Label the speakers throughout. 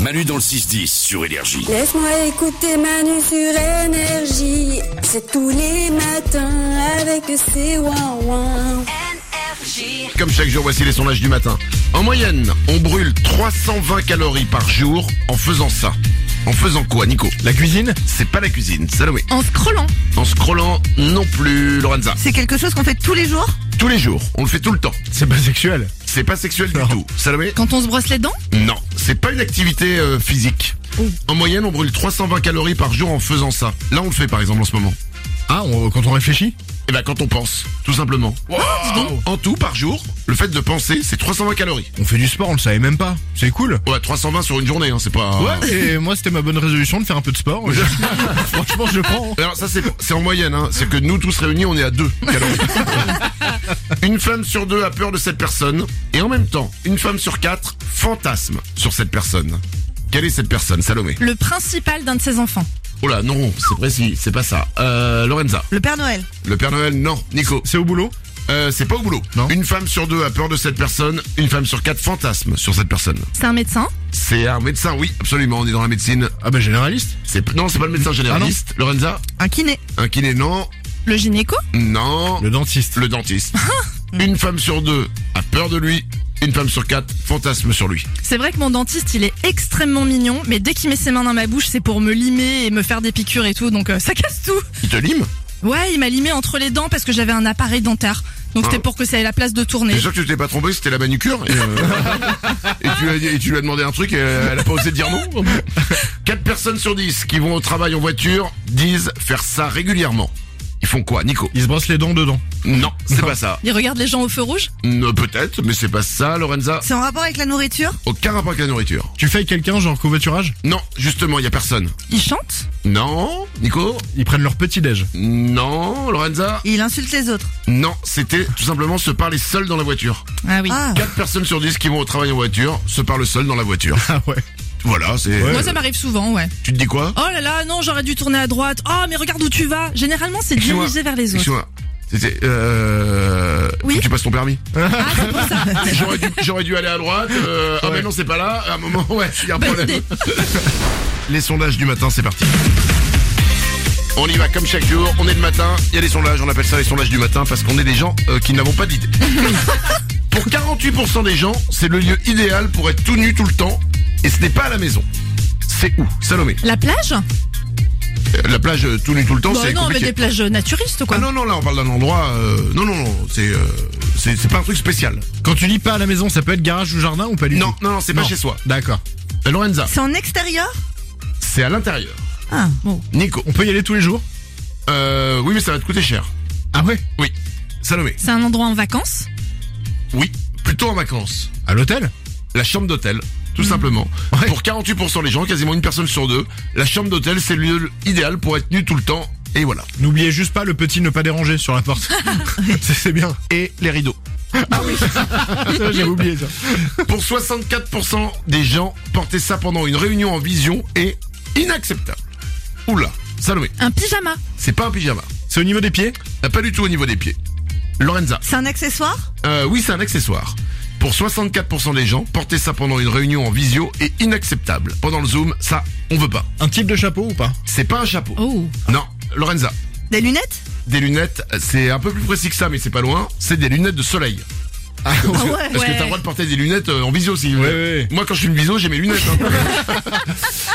Speaker 1: Manu dans le 6-10 sur Énergie.
Speaker 2: Laisse-moi écouter Manu sur énergie. C'est tous les matins avec ses ouin
Speaker 3: Comme chaque jour, voici les sondages du matin. En moyenne, on brûle 320 calories par jour en faisant ça. En faisant quoi, Nico
Speaker 4: La cuisine
Speaker 3: C'est pas la cuisine, Salomé.
Speaker 5: En scrollant.
Speaker 3: En scrollant non plus, Lorenza.
Speaker 5: C'est quelque chose qu'on fait tous les jours
Speaker 3: Tous les jours, on le fait tout le temps.
Speaker 4: C'est pas sexuel.
Speaker 3: C'est pas sexuel du tout. Salomé
Speaker 5: Quand on se brosse les dents
Speaker 3: Non, c'est pas une activité euh, physique. En moyenne, on brûle 320 calories par jour en faisant ça. Là, on le fait par exemple en ce moment.
Speaker 4: Ah, on- quand on réfléchit
Speaker 3: Et ben quand on pense, tout simplement. En tout, par jour, le fait de penser, c'est 320 calories.
Speaker 4: On fait du sport, on le savait même pas. C'est cool.
Speaker 3: Ouais, 320 sur une journée, hein, c'est pas...
Speaker 4: Ouais, et moi c'était ma bonne résolution de faire un peu de sport. Franchement, je le prends. hein.
Speaker 3: Alors ça c'est c'est en moyenne, hein. c'est que nous tous réunis on est à deux calories. une femme sur deux a peur de cette personne et en même temps une femme sur quatre fantasme sur cette personne. Quelle est cette personne, Salomé
Speaker 5: Le principal d'un de ses enfants.
Speaker 3: Oh là non, c'est précis, c'est pas ça. Euh, Lorenza,
Speaker 5: Le Père Noël.
Speaker 3: le Père Noël, non. Nico,
Speaker 4: C'est au boulot
Speaker 3: euh, c'est pas au boulot.
Speaker 4: Non.
Speaker 3: Une femme sur deux a peur de cette personne, une femme sur quatre fantasme sur cette personne.
Speaker 5: C'est un médecin.
Speaker 3: C'est un médecin, oui, absolument, on est dans la médecine.
Speaker 4: Ah bah généraliste
Speaker 3: C'est non, c'est pas le
Speaker 4: Ah
Speaker 3: médecin généraliste. Lorenza,
Speaker 5: Un kiné.
Speaker 3: un kiné, non,
Speaker 5: Le gynéco.
Speaker 3: non.
Speaker 4: Le dentiste.
Speaker 3: le dentiste. une femme sur deux a peur de lui. Une femme sur quatre fantasme sur lui.
Speaker 5: C'est vrai que mon dentiste, il est extrêmement mignon, mais dès qu'il met ses mains dans ma bouche, c'est pour me limer et me faire des piqûres et tout, donc euh, ça casse tout.
Speaker 3: Il te lime
Speaker 5: Ouais, il m'a limé entre les dents parce que j'avais un appareil dentaire. Donc c'était pour que ça ait la place de tourner.
Speaker 3: T'es sûr que tu t'es pas trompé C'était la manucure Et, euh, et tu, lui as dit- et tu lui as demandé un truc et euh, elle a pas osé dire non Quatre personnes sur 10 qui vont au travail en voiture disent faire ça régulièrement. Ils font quoi, Nico
Speaker 4: Il se brosse les dents dedans.
Speaker 3: Non, c'est pas ça.
Speaker 5: Il regarde les gens au feu rouge.
Speaker 3: Non, Peut-être, mais c'est pas ça, Lorenza.
Speaker 5: C'est en rapport avec la nourriture.
Speaker 3: Aucun rapport avec la nourriture.
Speaker 4: Tu fais quelqu'un genre covoiturage
Speaker 3: Non, justement, il y a personne.
Speaker 5: Il chante.
Speaker 3: Non, Nico
Speaker 4: Ils prennent leur petit déj.
Speaker 3: Non, Lorenza
Speaker 5: Il insulte les autres.
Speaker 3: Non, c'était tout simplement se parler seul dans la voiture.
Speaker 5: Ah oui.
Speaker 3: Quatre personnes sur 10 qui vont au travail en voiture se parlent seules dans la voiture.
Speaker 4: Ah ouais.
Speaker 3: Voilà, c'est.
Speaker 4: Ouais.
Speaker 5: Moi ça m'arrive souvent, ouais.
Speaker 3: Tu te dis quoi
Speaker 5: Oh là là, non, j'aurais dû tourner à droite. Oh, mais regarde où tu vas. Généralement, c'est
Speaker 3: Excuse-moi.
Speaker 5: dirigé vers les autres.
Speaker 3: Excuse-moi. C'était. Euh.
Speaker 5: Oui
Speaker 3: faut que tu passes ton permis.
Speaker 5: Ah, c'est pour ça.
Speaker 3: J'aurais dû, j'aurais dû aller à droite. euh, Ah,
Speaker 4: Ouais.
Speaker 3: mais non, c'est pas là. À un moment, ouais, il y a un
Speaker 5: Bonne
Speaker 3: problème.
Speaker 5: idée.
Speaker 3: Les sondages du matin, c'est parti. On y va comme chaque jour, on est le matin, il y a des sondages, on appelle ça les sondages du matin parce qu'on est des gens euh, qui n'avons pas d'idée. pour 48% des gens, c'est le lieu idéal pour être tout nu tout le temps et ce n'est pas à la maison. C'est où Salomé
Speaker 5: La plage
Speaker 3: Euh, La plage euh, tout nu tout le temps,
Speaker 5: Bah
Speaker 3: c'est
Speaker 5: non, mais
Speaker 3: compliqué.
Speaker 5: des plages naturistes,
Speaker 3: Ah
Speaker 5: quoi.
Speaker 3: non, non, là on parle d'un endroit... euh, non, non, non, c'est, euh, c'est, c'est pas un truc spécial.
Speaker 4: Quand tu dis pas à la maison, ça peut être garage ou jardin ou pas du
Speaker 3: Non,
Speaker 4: tout
Speaker 3: non, non, c'est pas
Speaker 4: Non.
Speaker 3: chez soi.
Speaker 4: D'accord.
Speaker 3: Euh, Lorenza,
Speaker 5: C'est en extérieur
Speaker 3: c'est à l'intérieur.
Speaker 5: Ah, bon.
Speaker 3: Nico,
Speaker 4: On peut y aller tous les jours
Speaker 3: euh, oui mais ça va te coûter cher.
Speaker 4: Ah ouais
Speaker 3: Oui. Salomé,
Speaker 5: C'est un endroit en vacances
Speaker 3: oui, plutôt en vacances.
Speaker 4: À l'hôtel
Speaker 3: la chambre d'hôtel, tout simplement.
Speaker 4: Ouais.
Speaker 3: Pour 48% des gens, quasiment une personne sur deux, la chambre d'hôtel c'est le lieu idéal pour être nu tout le temps. Et voilà.
Speaker 4: N'oubliez juste pas le petit ne pas déranger sur la porte. C'est- C'est bien.
Speaker 3: Et les rideaux.
Speaker 4: Ça, J'avais oublié ça.
Speaker 3: Pour 64% des gens, porter ça pendant une réunion en vision est inacceptable. Oula, Salomé,
Speaker 5: Un pyjama
Speaker 3: c'est pas un pyjama.
Speaker 4: C'est au niveau des pieds
Speaker 3: Euh, Pas du tout au niveau des pieds. Lorenza,
Speaker 5: C'est un accessoire
Speaker 3: euh, oui c'est un accessoire. Pour 64% des gens, porter ça pendant une réunion en visio est inacceptable. Pendant le zoom, ça, on veut pas.
Speaker 4: Un type de chapeau ou pas
Speaker 3: C'est pas un chapeau.
Speaker 5: Oh.
Speaker 3: Non, Lorenza.
Speaker 5: Des lunettes
Speaker 3: des lunettes, c'est un peu plus précis que ça, mais c'est pas loin, c'est des lunettes de soleil.
Speaker 5: Ah ouais
Speaker 3: Parce que t'as le droit de porter des lunettes euh, en visio si.
Speaker 4: Ouais, ouais.
Speaker 3: Moi quand je suis une visio, j'ai mes lunettes. hein.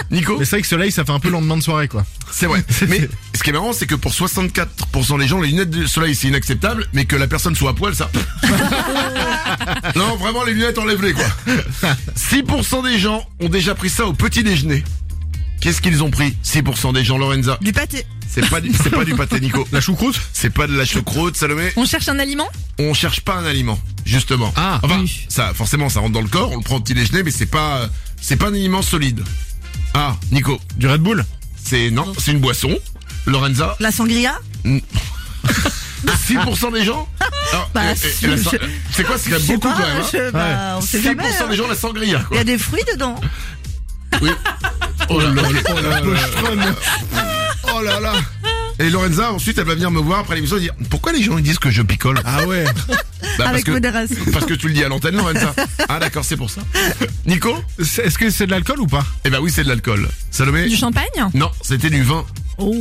Speaker 3: Nico,
Speaker 4: Mais c'est vrai que soleil, ça fait un peu lendemain de soirée quoi.
Speaker 3: c'est vrai. Mais ce qui est marrant, c'est que pour 64% des gens, les lunettes de soleil c'est inacceptable, mais que la personne soit à poil, ça. non, vraiment, les lunettes enlève-les quoi. 6% des gens ont déjà pris ça au petit déjeuner. Qu'est-ce qu'ils ont pris 6% des gens, Lorenza
Speaker 5: Du pâté.
Speaker 3: C'est pas du, c'est pas du pâté, Nico.
Speaker 4: La choucroute
Speaker 3: C'est pas de la choucroute, Salomé.
Speaker 5: On cherche un aliment
Speaker 3: on cherche pas un aliment, justement.
Speaker 4: Ah,
Speaker 3: enfin,
Speaker 4: oui.
Speaker 3: ça, forcément, ça rentre dans le corps, on le prend au petit déjeuner, mais c'est pas, euh, c'est pas un aliment solide. Ah, Nico,
Speaker 4: Du Red Bull
Speaker 3: c'est, non, c'est une boisson. Lorenza,
Speaker 5: La sangria
Speaker 3: 6% des gens? Alors,
Speaker 5: Bah,
Speaker 3: euh,
Speaker 5: si,
Speaker 3: euh, la sang-
Speaker 5: je-
Speaker 3: c'est quoi, c'est quand même beaucoup quand même, hein.
Speaker 4: bah,
Speaker 3: 6% des gens la sangria, quoi.
Speaker 5: hein.
Speaker 3: Ah,
Speaker 5: a des fruits dedans.
Speaker 3: Oui. Oh là là.
Speaker 4: Oh la pochetronne.
Speaker 3: Oh là là. Et Lorenza, ensuite, elle va venir me voir après l'émission et dire, pourquoi les gens ils disent que je picole?
Speaker 4: Ah ouais
Speaker 3: Bah, parce,
Speaker 5: avec
Speaker 3: que,
Speaker 5: modération.
Speaker 3: parce que tu le dis à l'antenne, Lorenza. Ah d'accord, c'est pour ça. Nico
Speaker 4: C'est- Est-ce que c'est de l'alcool ou pas
Speaker 3: Eh ben oui, c'est de l'alcool. Salomé
Speaker 5: Du champagne
Speaker 3: Non, c'était du vin.
Speaker 5: Oh.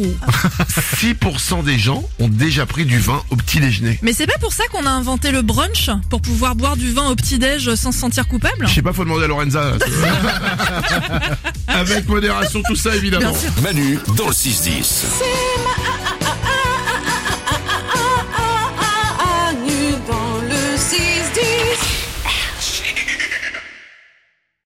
Speaker 3: 6% des gens ont déjà pris du vin au petit déjeuner.
Speaker 5: Mais c'est pas pour ça qu'on a inventé le brunch pour pouvoir boire du vin au petit-déj sans se sentir coupable
Speaker 3: Je sais pas, faut demander à Lorenza. Avec modération, tout ça évidemment.
Speaker 1: Manu dans le 6-10.